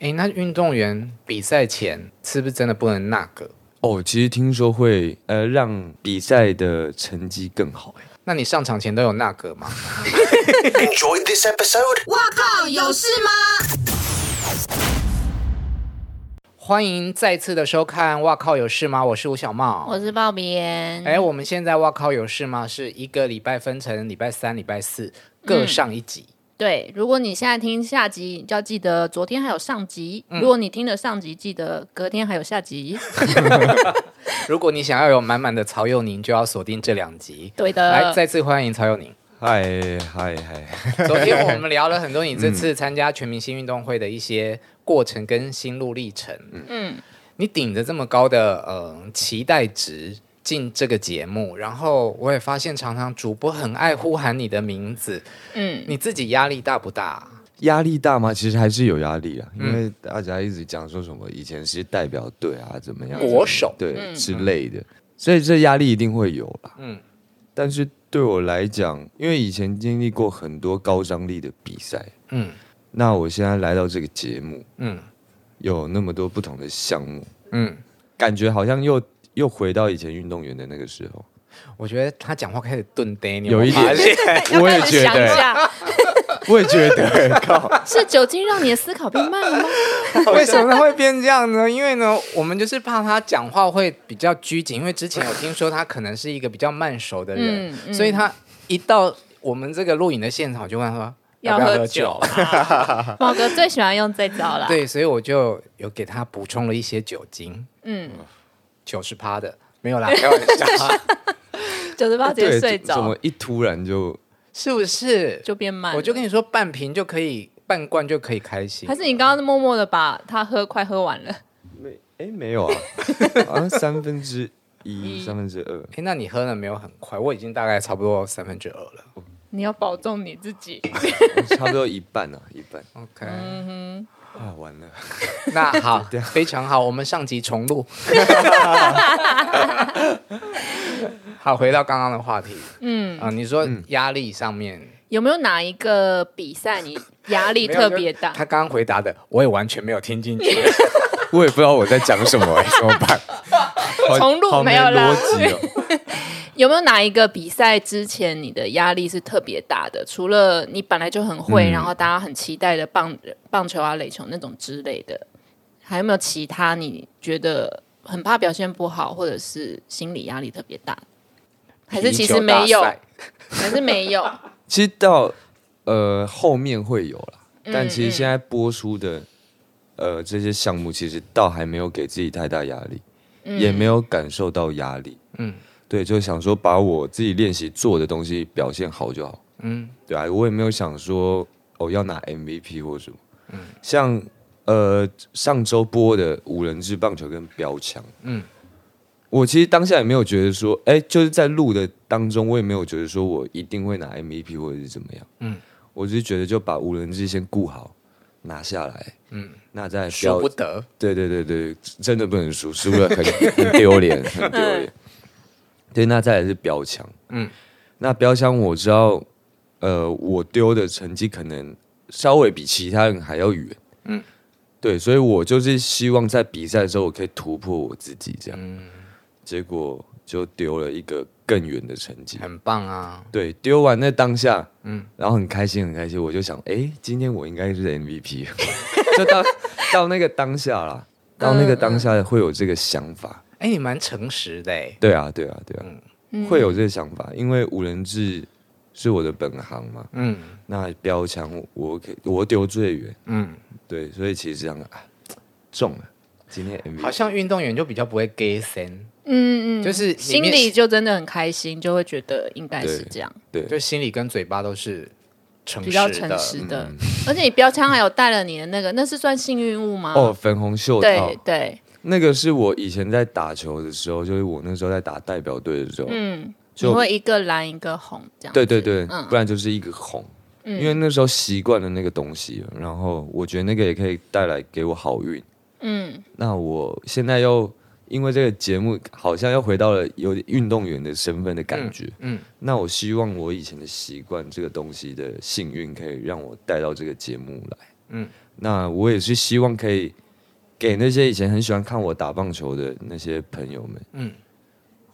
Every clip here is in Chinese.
哎，那运动员比赛前是不是真的不能那个？哦，其实听说会呃让比赛的成绩更好。那你上场前都有那个吗？ Enjoyed this episode? 哇靠，有事吗？欢迎再次的收看《哇靠有事吗》，我是吴小茂。我是鲍边。哎，我们现在《哇靠有事吗》是一个礼拜分成礼拜三、礼拜四各上一集。对，如果你现在听下集，你就要记得昨天还有上集。嗯如果你听了上集，记得隔天还有下集。如果你想要有满满的曹佑宁，就要锁定这两集。对的来再次欢迎曹佑 宁。嗨嗨嗨，昨天我们聊了很多你这次参加全明星运动会的一些过程跟心路历程。嗯，你顶着这么高的呃期待值进这个节目，然后我也发现常常主播很爱呼喊你的名字，嗯，你自己压力大不大？压力大吗？其实还是有压力嗯啊，因为大家一直讲说什么以前是代表队啊，怎么样国手对、之类的，所以这压力一定会有啦。嗯嗯，但是对我来讲，因为以前经历过很多高张力的比赛，嗯那我现在来到这个节目，嗯有那么多不同的项目，嗯，感觉好像又又回到以前运动员的那个时候。我觉得他讲话开始顿呆，你有一没发点现 要不我要也来觉想一得，下，我也觉 得，靠，是酒精让你的思考变慢了吗？为什么会变这样呢？因为呢，我们就是怕他讲话会比较拘谨，因为之前有听说他可能是一个比较慢熟的人，嗯嗯所以他一到我们这个录影的现场，我就问他说要不要喝喝酒啊茂哥最喜欢用这招了。， 对，所以我就有给他补充了一些酒精，嗯，九十趴的，没有啦，开玩笑，九十八啊直接对，睡怎怎着么一突然就是不 是？就变慢了。我就跟你说，半瓶就可以，半罐就可以开心还。是你刚刚默默的把它喝快喝完了。没？哎，没有啊， 好像三分之一、三分之二。哎，那你喝的没有很快，我已经大概差不多三分之二了。你要保重你自己。差不多一半啊，一 半 OK，、啊，完了。嗯那好，非常好，我们上集重 录。好，回到刚刚的话题嗯，啊、你说压力上面、有没有哪一个比赛你压力没有特就别大？他刚刚回答的，我也完全没有听进去。我也不知道我在讲什么、哎，怎么 办？好重录好没有啦逻辑哦。有没有哪一个比赛之前你的压力是特别大的？除了你本来就很会，然后大家很期待的棒棒球啊、垒球那种之类的，还有没有其他你觉得很怕表现不好，或者是心理压力特别大？ 还是其实没啤酒有大，赛还是没有？其实到呃后面会有啦，但其实现在播出的呃这些项目，其实倒还没有给自己太大压力，也没有感受到压力。嗯嗯，对，就想说把我自己练习做的东西表现好就好。嗯嗯，对啊，我也没有想说哦要拿 MVP 或什么。嗯，像呃上周播的五人制棒球跟标枪，嗯嗯。我其实当下也没有觉得说，哎、就是在录的当中，我也没有觉得说我一定会拿 MVP 或者是怎么样。我只是觉得就把无人机先顾好，拿下来，嗯，那再舍标不，得。对对对对，真的不能输，输了很很丢脸，很丢脸。对，那再来是标枪，嗯嗯，那标枪我知道，呃，我丢的成绩可能稍微比其他人还要远，嗯，对，所以我就是希望在比赛的时候我可以突破我自己，这样，结果就丢了一个更远的成绩，很棒啊！对，丢完那当下，嗯，然后很开心，很开心，我就想，哎，今天我应该是 MVP，就 到到那个当下啦，到那个当下会有这个想法，哎、你蛮诚实的哎。对啊，对啊，对啊，会有这个想法，因为五人制是我的本行嘛，嗯那标枪我我给我丢最远，嗯，对，所以其实这样啊，中了，今天 MVP，好像运动员就比较不会 gay 森，嗯嗯，就是里心面里就真的很开心，就会觉得应该是这样，对，就心里跟嘴巴都是诚比实较的。诚实的。而且你标枪还有带了你的那个，那是算幸运物吗？哦，粉红袖套对，对，那个是我以前在打球的时候，就是我那时候在打代表队的时候，嗯，你就会一个蓝一个红这样。对对对，嗯不然就是一个红。因为那时候习惯了那个东西了，然后我觉得那个也可以带来给我好运。嗯，那我现在又因为这个节目，好像又回到了有点运动员的身份的感觉。嗯，那我希望我以前的习惯这个东西的幸运，可以让我带到这个节目来。嗯，那我也是希望可以给那些以前很喜欢看我打棒球的那些朋友们，嗯，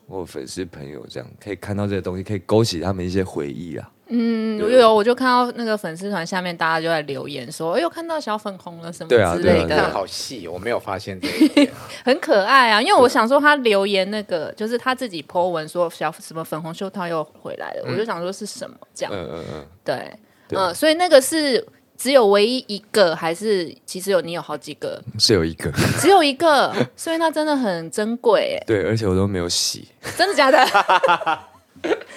我粉丝朋友这样可以看到这些东西，可以勾起他们一些回忆啊。嗯，我有，我就看到那个粉丝团下面大家就在留言说，哎呦，看到小粉红了什么对啊之类对啊对看的，啊好细，我没有发现这一点。很可爱啊。因为我想说他留言那个，就是他自己 po 文说小什么粉红袖套又回来了，我就想说是什么这样，嗯嗯嗯，对，对嗯，所以那个是只有唯一一个，还是其实有你有好几个，是有一个，只有一个，所以那真的很珍贵，哎 对，而且我都没有洗，真的假的？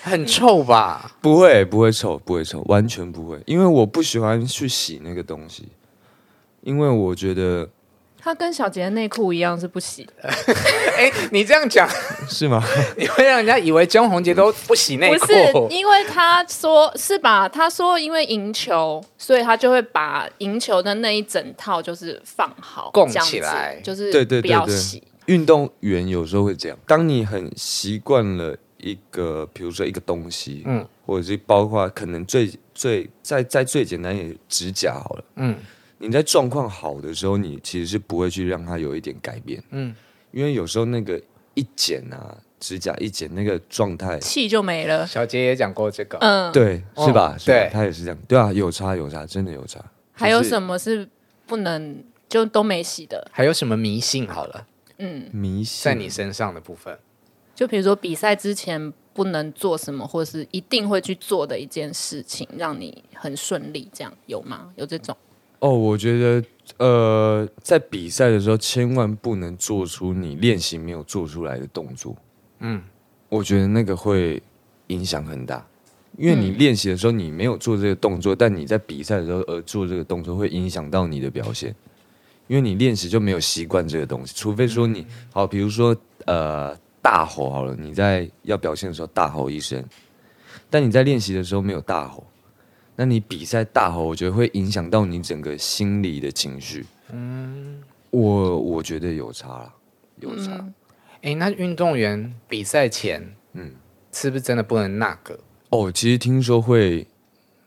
很臭吧？ 不会不会臭，不会臭，完全不会，因为我不喜欢去洗那个东西，因为我觉得它跟小杰的内裤一样是不洗的，哎，你这样讲，是吗？你会让人家以为江宏杰都不洗内不裤。是因为他说是吧？他说因为赢球，所以他就会把赢球的那一整套就是放好，供这样起来子就是对对对不要对洗。运动员有时候会这样，当你很习惯了一个，比如说一个东西，嗯嗯，或者是包括可能最最在在最简单也指甲好了，嗯你在状况好的时候，你其实是不会去让它有一点改变，嗯，因为有时候那个一剪啊，指甲一剪那个状态，气就没了。小杰也讲过这个，嗯，对，嗯哦是吧？是吧对他也是这样，对啊，有差有差，真的有差。还有就是什么是不能就都没洗的？还有什么迷信？好了，迷信？在你身上的部分，就比如说比赛之前不能做什么，或是一定会去做的一件事情，让你很顺利，这样有吗？有这种？哦，我觉得呃，在比赛的时候千万不能做出你练习没有做出来的动作。嗯，我觉得那个会影响很大，因为你练习的时候你没有做这个动作，但你在比赛的时候而做这个动作会影响到你的表现，因为你练习就没有习惯这个东西，除非说你好，比如说呃大吼好了，你在要表现的时候大吼一声，但你在练习的时候没有大吼，那你比赛大吼，我觉得会影响到你整个心理的情绪。嗯，我我觉得有差啦，有差。哎，那运动员比赛前，嗯，是不是真的不能那个？哦，其实听说会，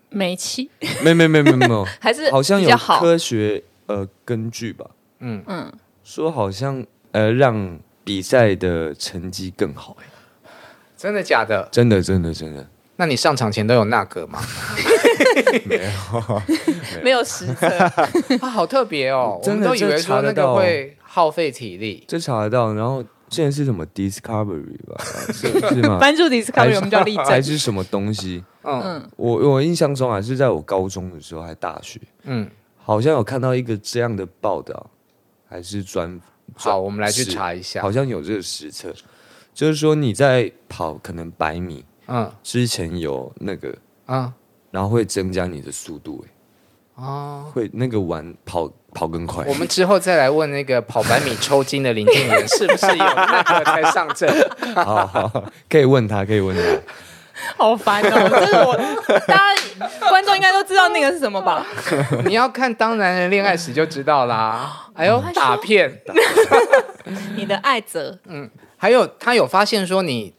没气没没没没没有，还是好像比有较好科学呃根据吧，嗯嗯，说好像呃让比赛的成绩更好、欸，真的假的？真的真的真的，那你上场前都有那个吗？没有 实测。啊，好特别哦！我嗯真们的都以这为查说得那个到会耗费体力，这查得到，然后之前是什么 Discovery 吧，是是吗？关注 Discovery，我们叫立还正。是什么东西？嗯我我印象中还是在我高中的时候，还大学，嗯，好像有看到一个这样的报道，还是专好，我们来去是查一下好。像有这个实测，就是说你在跑可能百米嗯之前有那个，嗯然后会增加你的速度、欸，哦，会那个玩跑跑更快。 我们之后再来问那个跑百米抽筋的林俊元 是不是有那个才上阵？好好好可以问他，可以问他，好烦哦！这是我大家观众应该都知道那个是什么吧？ 你要看《当男人恋爱时》就知道嗯啦。哎呦，打片，你的爱泽，还有他有发现说你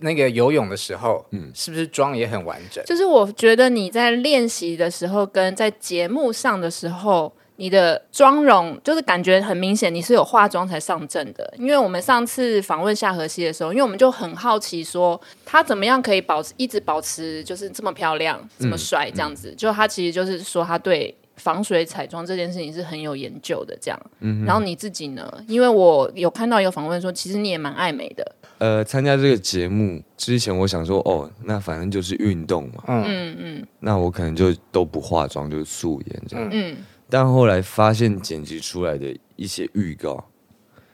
那个游泳的时候，嗯，是不是妆也很完整？就是我觉得你在练习的时候跟在节目上的时候。你的妆容就是感觉很明显，你是有化妆才上阵的。因为我们上次访问夏荷西的时候，因为我们就很好奇说她怎么样可以保持一直保持就是这么漂嗯亮、这么帅这样子。就她其实就是说她对防水彩妆这件事情是很有研究的这样。嗯然后你自己呢？因为我有看到一个访问说，其实你也蛮爱美的。呃，参加这个节目之前，我想说，哦，那反正就是运动嘛，嗯嗯嗯，那我可能就都不化妆，就是素颜这样，嗯。但后来发现剪辑出来的一些预告，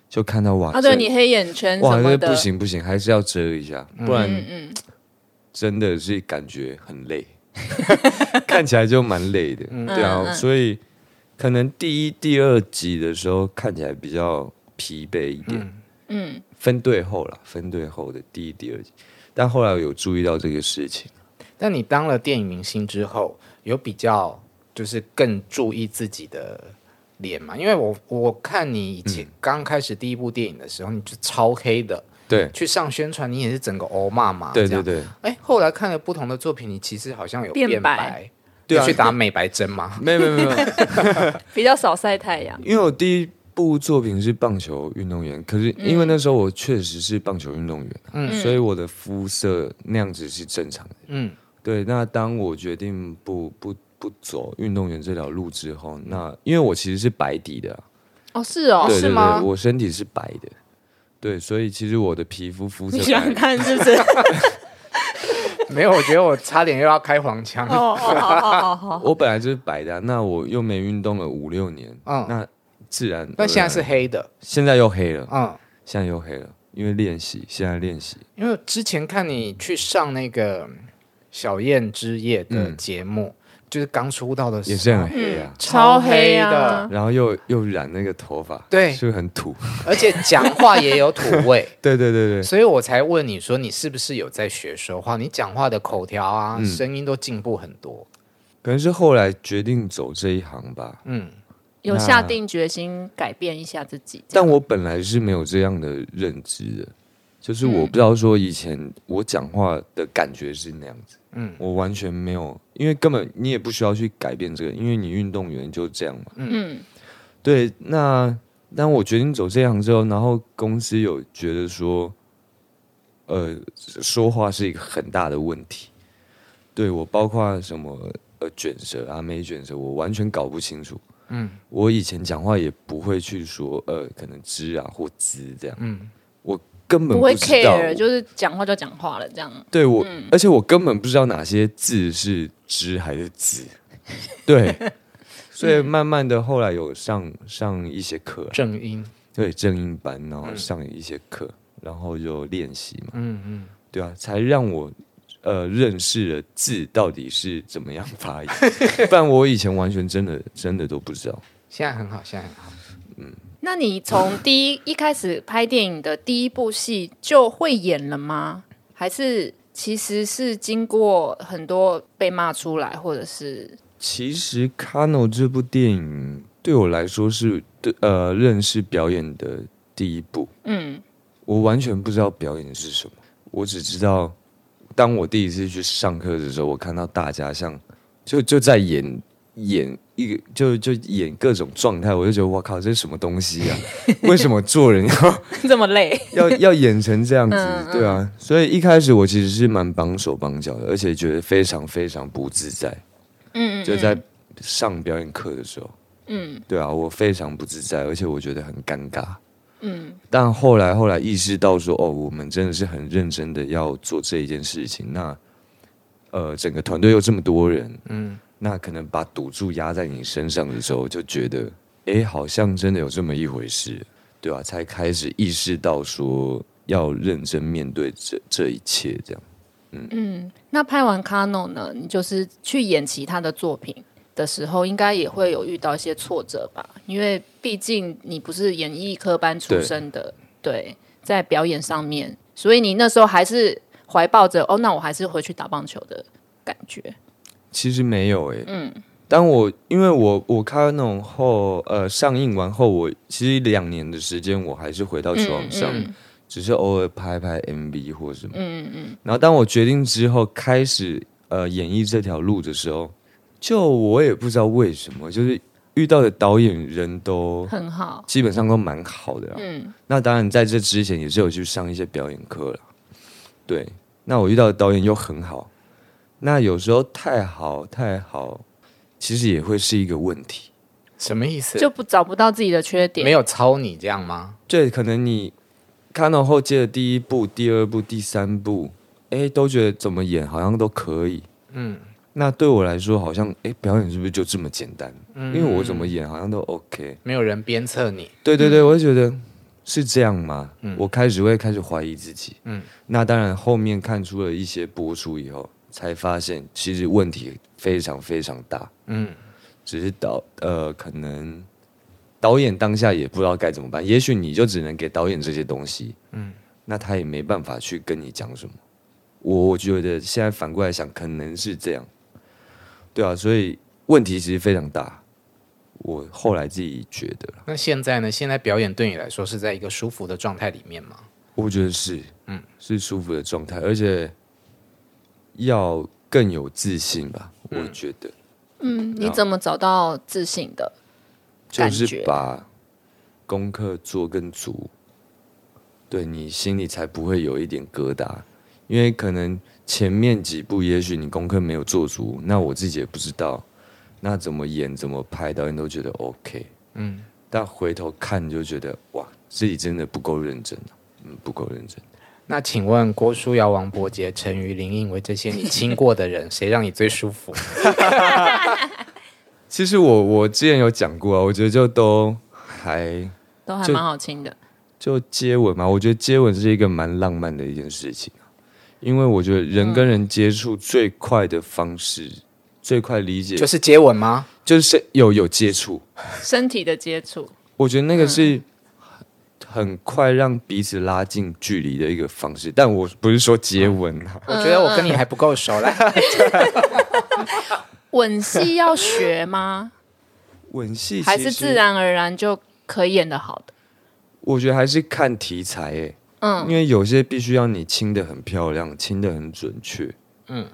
就看到哇，啊，对这你黑眼圈哇，什么这的嗯不，行不行，还是要遮一下，不然真的是感觉很累， 看起来就蛮累的，嗯对啊，所以可能第一、第二集的时候看起来比较疲惫一点，嗯，分队后啦，分队后的第一、第二集，但后来有注意到这个事情，但你当了电影明星之后，有比较就是更注意自己的脸嘛？因为我我看你以嗯前刚开始第一部电影的时候，你就超黑的，对，去上宣传你也是整个欧骂嘛。对这对样。对，哎，后来看了不同的作品，你其实好像有变变白白，对啊有去打美白针吗？ 没有没有没有，没有比较少晒太阳。因为我第一部作品是棒球运动员，可是因为那时候我确实是棒球运动员，啊嗯所以我的肤色那样子是正常的。嗯，对，那当我决定不不不走运动员这条路之后，那因为我其实是白底的啊、哦，是哦，对是对吗对，？我身体是白的，对，所以其实我的皮肤肤色你喜欢白，看是不是？ 没有，我觉得我差点又要开黄腔。哦，好好好好，我本来就是白的啊、那我又没运动了五六年，嗯那自然而 然，呃那现在是黑的，现在又黑了，嗯，现在又黑了，因为练习，现在练习，因为之前看你去上那个小燕之夜的节目，就是刚出道的时候，嗯也是很黑啊，超黑黑啊的！然后又又染那个头发，对是不是很土？ ，而且讲话也有土 味对对对对，所以我才问你说你是不是有在学说话？你讲话的口条啊，嗯声音都进步很多。可能是后来决定走这一行吧，嗯，有下定决心改变一下自己。这样但我本来是没有这样的认知的，就是我嗯不知道说以前我讲话的感觉是那样子，嗯嗯，我完全没有，因为根本你也不需要去改变这个，因为你运动员就这样嘛，嗯，对，那当我决定走这一行之后，然后公司有觉得说，呃，说话是一个很大的问题。对我，包括什么呃卷舌啊、没卷舌，我完全搞不清楚。嗯，我以前讲话也不会去说呃，可能之啊或滋这样。嗯，我根本不会知道 care，就是嗯讲话就讲话了，这样对我，而且我根本不知道哪些字是知还是子， 对，所以慢慢的后来有上上一些课啊，正音，对正音班，然后上一些课，然后就练习嘛，嗯嗯，对啊，才让我呃认识了字到底是怎么样发音， 不然我以前完全真的真的都不知道。现在很好，现在很好。那你从第一一开始拍电影的第一部戏就会演了吗？还是其实是经过很多被骂出来，或者是其实《Cano》这部电影对我来说是对呃认识表演的第一步， 嗯我完全不知道表演是什么，我只知道当我第一次去上课的时候，我看到大家像就就在演演一个就就演各种状态，我就觉得我靠，这是什么东西啊？ 为什么做人要这么累？要要演成这样子嗯？嗯对啊，所以一开始我其实是蛮绑手绑脚的，而且觉得非常非常不自在。嗯，嗯就在上表演课的时候，嗯对啊，我非常不自在，而且我觉得很尴尬。嗯但后来后来意识到说，哦，我们真的是很认真的要做这一件事情。那呃，整个团队又这么多人，嗯，那可能把赌注压在你身上的时候，就觉得，哎，好像真的有这么一回事，对吧、才开始意识到说要认真面对这这一切，这样。嗯。那拍完《Cano》呢？你就是去演其他的作品的时候，应该也会有遇到一些挫折吧？因为毕竟你不是演艺科班出身的，对，在表演上面，所以你那时候还是怀抱着哦，那我还是回去打棒球的感觉。其实没有诶、嗯，但我因为我我看那种后呃上映完后，我其实两年的时间我还是回到球场嗯上，只是偶尔拍拍 MV 或什么，嗯嗯。然后当我决定之后开始呃演绎这条路的时候，就我也不知道为什么，就是遇到的导演人都很好，基本上都蛮好的啦，嗯那当然，在这之前也是有去上一些表演课了。对，那我遇到的导演又很好，那有时候太好太好，其实也会是一个问题。什么意思？就不找不到自己的缺点，没有操你这样吗？对，可能你看到后接的第一部、第二部、第三部，哎，都觉得怎么演好像都可以。嗯那对我来说，好像哎，表演是不是就这么简单？因为我怎么演好像都 OK。没有人鞭策你，对对对，我就觉得是这样吗？我开始会开始怀疑自己。嗯，那当然，后面看出了一些播出以后，才发现其实问题非常非常大。嗯，只是导呃，可能导演当下也不知道该怎么办。也许你就只能给导演这些东西。嗯，那他也没办法去跟你讲什么。我我觉得现在反过来想，可能是这样。对啊，所以问题其实非常大。我后来自己觉得啦。那现在呢？现在表演对你来说是在一个舒服的状态里面吗？我觉得是，嗯，是舒服的状态，而且要更有自信吧。我觉得，嗯，你怎么找到自信的？就感是觉把功课做更足，对你心里才不会有一点疙瘩。因为可能前面几步，也许你功课没有做足，那我自己也不知道，那怎么演怎么拍，导演都觉得 OK。嗯，但回头看你就觉得哇，自己真的不够认真、啊、嗯，不够认真。那请问郭书瑶、王伯杰、陈瑜、林应为这些你亲过的 人，谁让你最舒服？其实我我之前有讲过啊，我觉得就都还都还就蛮好听的。就接吻嘛，我觉得接吻是一个蛮浪漫的一件事情啊因为我觉得人跟人接触最快的方式，嗯最快理解就就是是接吻吗？就是有有接触，身体的接触，我觉得那嗯个是很快让彼此拉近距离的一个方式。但我不是说接吻嗯啊，我觉得我跟你还不够熟 来，吻戏要学吗？吻戏 还其是实自，然而然就可以演得好的？我觉得还是看题材诶、嗯因为有些必须要你亲的很漂亮，亲的很准确，嗯嗯，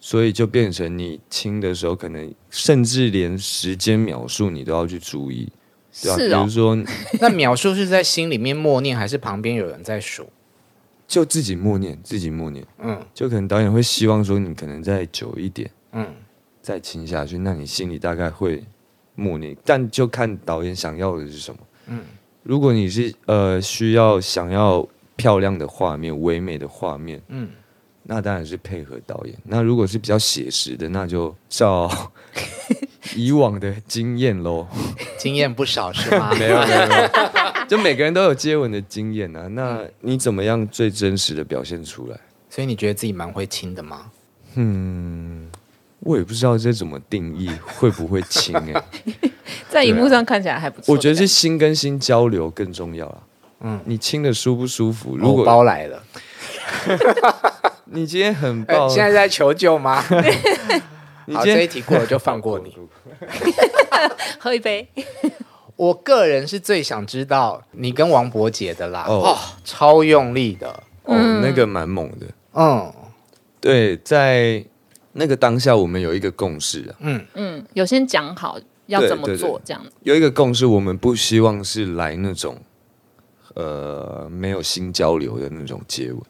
所以就变成你亲的时候，可能甚至连时间秒数你都要去注意，对吧、是比哦如说，那秒数是在心里面默念，还是旁边有人在数？就自己默念，自己默念，嗯就可能导演会希望说你可能再久一点，嗯，再亲下去，那你心里大概会默念，但就看导演想要的是什么。嗯，如果你是呃需要想要漂亮的画面、唯美的画面，嗯嗯，那当然是配合导演。那如果是比较写实的，那就照 以往的经 验喽。经验不少是 吗？没有没有，没有就每个人都有接吻的经验啊。那你怎么样最真实的表现出来？所以你觉得自己蛮会亲的吗？我也不知道这怎么定义，会不会亲哎、 在荧幕上看起来还不啊错。我觉得是心跟心交流更重要了。嗯嗯，你亲的舒不舒服？如我果包来了，你今天很呃爆，现在在求救吗？ 你好，今这一天题过了就放过 你。喝一杯，我个人是最想知道你跟王伯杰的啦，哦哦，超用力的，哦，那个蛮猛的。嗯对，在那个当下，我们有一个共识啊，嗯，嗯，有先讲好要对怎么对对做，这样有一个共识，我们不希望是来那种呃没有心交流的那种接吻，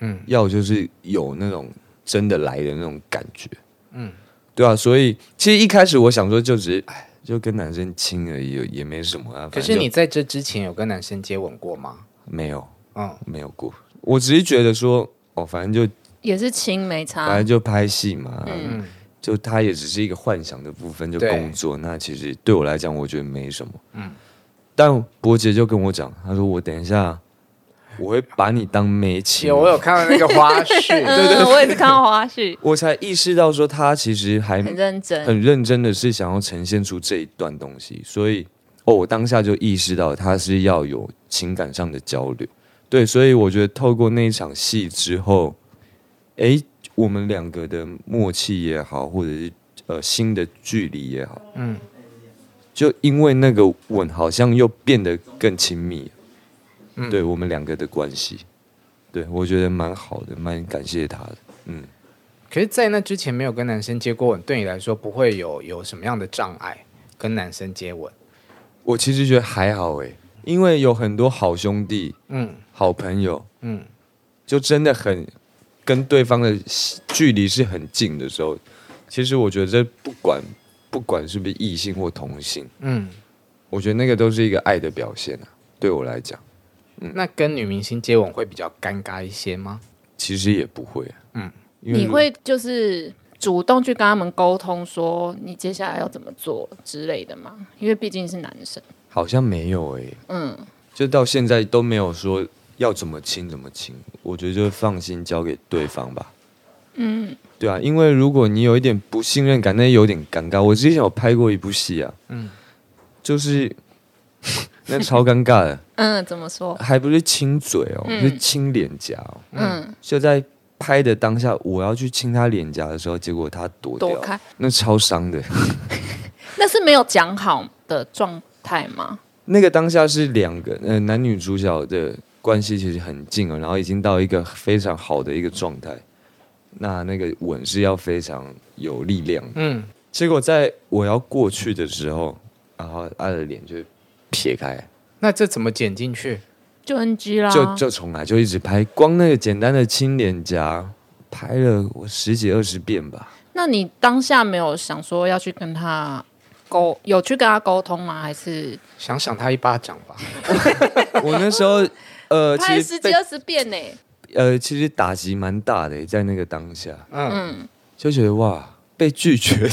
嗯嗯，要就是有那种真的来的那种感觉，嗯，对啊，所以其实一开始我想说，就只是哎，就跟男生亲而已，也没什么啊。可反是正就你在这之前有跟男生接吻过吗？没有，嗯，没有过。我只是觉得说，哦，反正就也是亲没反差正。就拍戏嘛，嗯就它也只是一个幻想的部分，就对工作。那其实对我来讲，我觉得没什么。嗯，但伯杰就跟我讲，他说我等一下，我会把你当没亲有，。我有看到那个花 絮，嗯， 我也是看到 花絮，我才意识到说，他其实还很认真。很认真的是想要呈现出这一段东西，所以哦，我当下就意识到他是要有情感上的交流，对，所以我觉得透过那一场戏之后，诶，我们两个的默契也好，或者是呃新的距离也好，嗯，就因为那个吻好像又变得更亲密，嗯对我们两个的关系，对我觉得蛮好的，蛮感谢他的，嗯。可是，在那之前没有跟男生接过吻，对你来说不会有有什么样的障碍跟男生接吻？我其实觉得还好诶，因为有很多好兄弟、嗯好朋友，嗯，就真的很跟对方的距离是很近的时候，其实我觉得这不管不管是不是异性或同性，嗯，我觉得那个都是一个爱的表现啊。对我来讲，那跟女明星接吻会比较尴尬一些吗？其实也不会、啊，嗯嗯，因为你会就是主动去跟他们沟通，说你接下来要怎么做之类的吗？因为毕竟是男生，好像没有诶，嗯，就到现在都没有说要怎么亲怎么亲，我觉得就放心交给对方吧。嗯，对啊，因为如果你有一点不信任感，那有点尴尬。我之前有拍过一部戏啊，嗯，就是 那超尴尬的，嗯，怎么说？还不是亲嘴哦，是亲脸颊哦。嗯，就在拍的当下，我要去亲他脸颊的时候，结果他躲掉，躲开，那超伤的。那是没有讲好的状态吗？那个当下是两个呃男女主角的关系其实很近哦，然后已经到一个非常好的一个状态。那那个吻是要非常有力量的，嗯，结果在我要过去的时候，然后他的脸就撇开，那这怎么剪进去？就 NG 啦，就就重来，就一直拍，光那个简单的亲脸颊拍了我十几二十遍 吧。那你当下没有想说要去跟他沟，有去跟他沟通吗？还是想想他一巴掌吧。我那时候，呃，其拍了实十被几二十遍呢、呃，其实打击蛮大的，在那个当下，嗯，就觉得哇，被拒绝，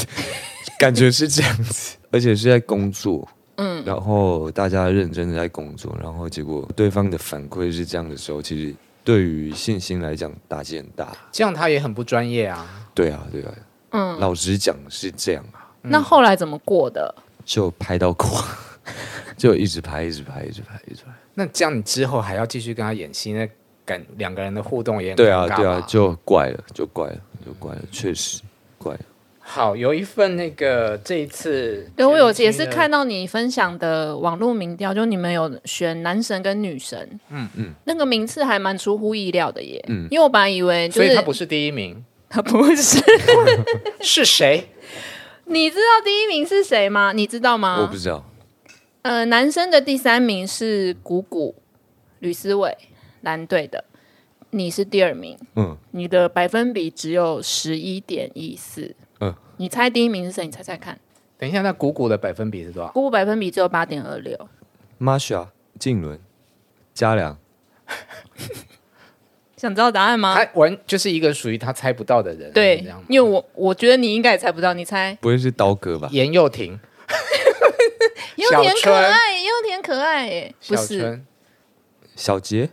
感觉是这样 子，而且是在工作，嗯，然后大家认真的在工作，然后结果对方的反馈是这样的时候，其实对于信心来讲打击很大。这样他也很不专业啊。对啊，对啊，嗯，老实讲是这样啊，那后来怎么过的？就拍 到过，就一直拍，一直拍，一直拍，一直拍。那这样你之后还要继续跟他演戏，那感两个人的互动也很对啊，尴尬对啊，吧就怪了，就怪了，就怪了，确实怪了。好。有一份那个这一次，对我有也是看，到你分享的网络民调，就你们有选男神跟女神，嗯嗯，那个名次还蛮出乎意料的耶，嗯，因为我本来以为就所是以他不是第一名， 他不是，是谁？你知道第一名是谁吗？你知道啊吗？我不知道，呃，男生的第三名是谷谷吕思伟，蓝队的，你是第二名，嗯，你的百分比只有十一点一四，嗯，你猜第一名是谁？你猜猜看，等一下，那谷谷的百分比是多少？谷谷百分比只有八点二六， Masha、静伦、嘉良，想知道答案吗？他完就是一个属于他猜不到的人，啊对哎这样吗，因为我我觉得你应该也猜不到，你猜不会是刀哥吧？严幼 婷、又小甜可春爱，又甜可爱，哎，不小是，春，小杰，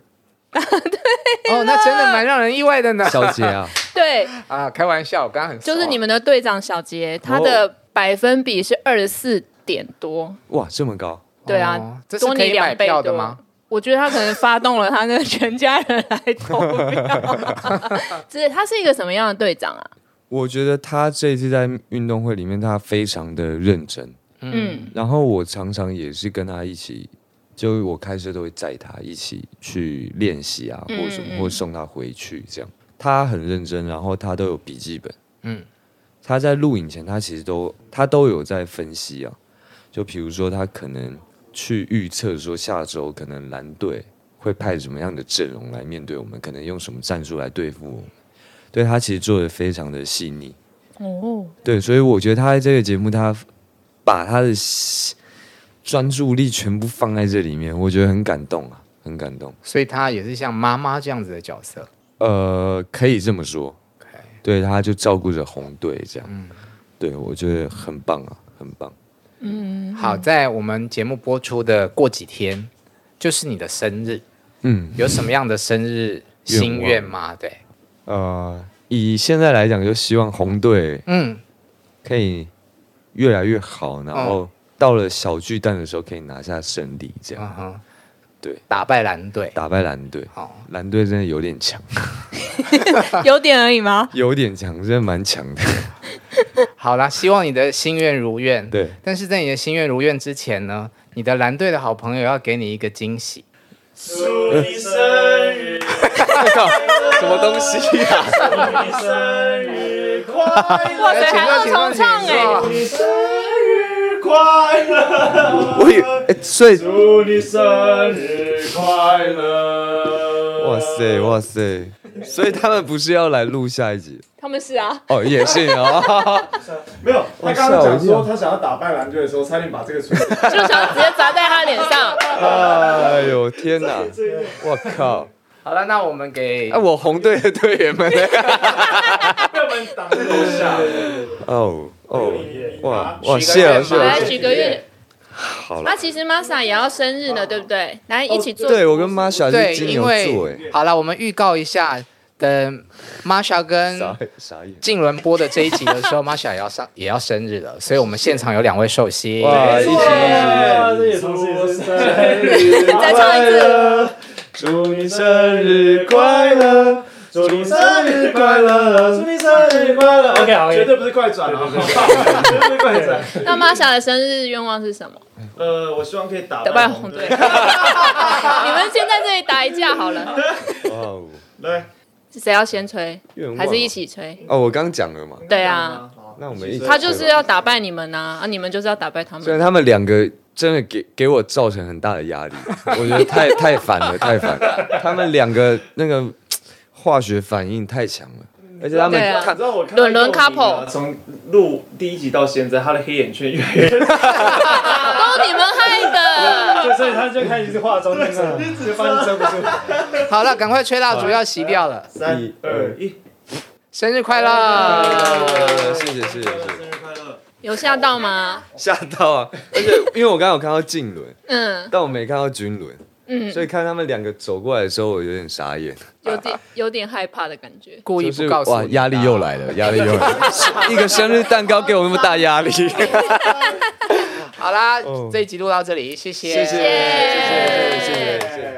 哦，那真的蛮让人意外的呢。小杰啊，对，啊，开玩笑，我刚刚很就是熟啊你们的队长小杰，哦他的百分比是二十四点多，哇，这么高，对啊，哦这是多可你以买两倍票的多吗？？我觉得他可能发动了他的全家人来投 票。这他是一个什么样的队长啊？我觉得他这一次在运动会里面，他非常的认真。嗯然后我常常也是跟他一起，就我开车都会载他一起去练习啊，或者什嗯么，嗯或者送他回去这样。他很认真，然后他都有笔记本。嗯嗯，他在录影前，他其实都他都有在分析啊。就比如说，他可能去预测说下周可能蓝队会派什么样的阵容来面对我们，可能用什么战术来对付我们。对他其实做的非常的细腻。哦，对，所以我觉得他在这个节目，他把他的专注力全部放在这里面，我觉得很感动啊，很感动。所以他也是像妈妈这样子的角色。呃，可以这么说， OK，对，他就照顾着红队这样，对我觉得很棒啊，很棒。嗯好，在我们节目播出的过几天，就是你的生日，嗯，有什么样的生日愿望心愿吗？对，呃，以现在来讲，就希望红队嗯，可以越来越好，然后到了小巨蛋的时候可以拿下胜利，这样、嗯哼，对，打败蓝队。打败蓝队。好，蓝队真的有点强， 有点而已吗？有点强，真的蛮强的。 好啦，希望你的心愿如愿。对，但是在你的心愿如愿之前呢，你的蓝队的好朋友要给你一个惊喜。什么东西啊？哇塞，还二哎请问重唱请哎、问 我以哎，所以祝你生日快乐！哇塞哇塞，所以他们不是要来录下一集他们是啊，哦，也是啊， 没有，他刚吓刚我一跳讲说他想要打败蓝队的时候，差点把这个锤子。就想直接砸在他脸 上。哎呦天哪，我靠！好了，那我们给哎、我红队的队员们呢， 被我们挡在楼下。哦哦，哇哇，许谢个愿了吧谢来了，举个月，好了哦那、，其实 Masa 也要生日呢，对不对？来一起做。对我跟 Masha 对，是金因牛座哎，为好了，我们预告一下，等 Masha 嗯跟傻傻眼，静伦播的这一集的时候，玛莎也要上也要生日了，所以我们现场有两位寿星。哇，一起一起，哇这也同时也是生日再唱一次，祝你生日快乐！祝你生日快乐！祝你生日快乐 OK，OK 绝对不是快转啊！绝对不是快转。那 Masa 的生日愿望是什么？呃，我希望可以打打败红 队。。你们先在这里打一架好了，哇哦来，是谁要先吹愿？望还是一起吹？哦，我刚讲了嘛，对啊，好那我们一起对他就是要打败你们呐、啊，你们就是要打败 他虽然们。他们两个真的给给我造成很大的 压力，我觉得太太烦了，太烦了。他们两个那个化学反应太强了，而且他们对啊你看知道我看到伦伦一个名啊 couple 从录第一集到现在，他的黑眼圈越 来越 都你们害的，对，所以他就开始化妆， 就是就发现遮不住。好了，赶快吹蜡烛，要熄掉了。三二一，生日快哎乐！呃谢谢谢谢谢谢，日快乐！有吓到吗？吓到啊！而且因为我刚刚有看到静伦， 嗯但我没看到君伦，嗯，所以看他们两个走过来的时候，我有点傻眼，有点有点害怕的感觉。故意就不是告诉哇，你压力又来 了，压力又来 了，一个生日蛋糕给我那么大压力， 好啦哦，嗯这一集录到这里，谢谢，谢谢谢谢谢谢谢谢。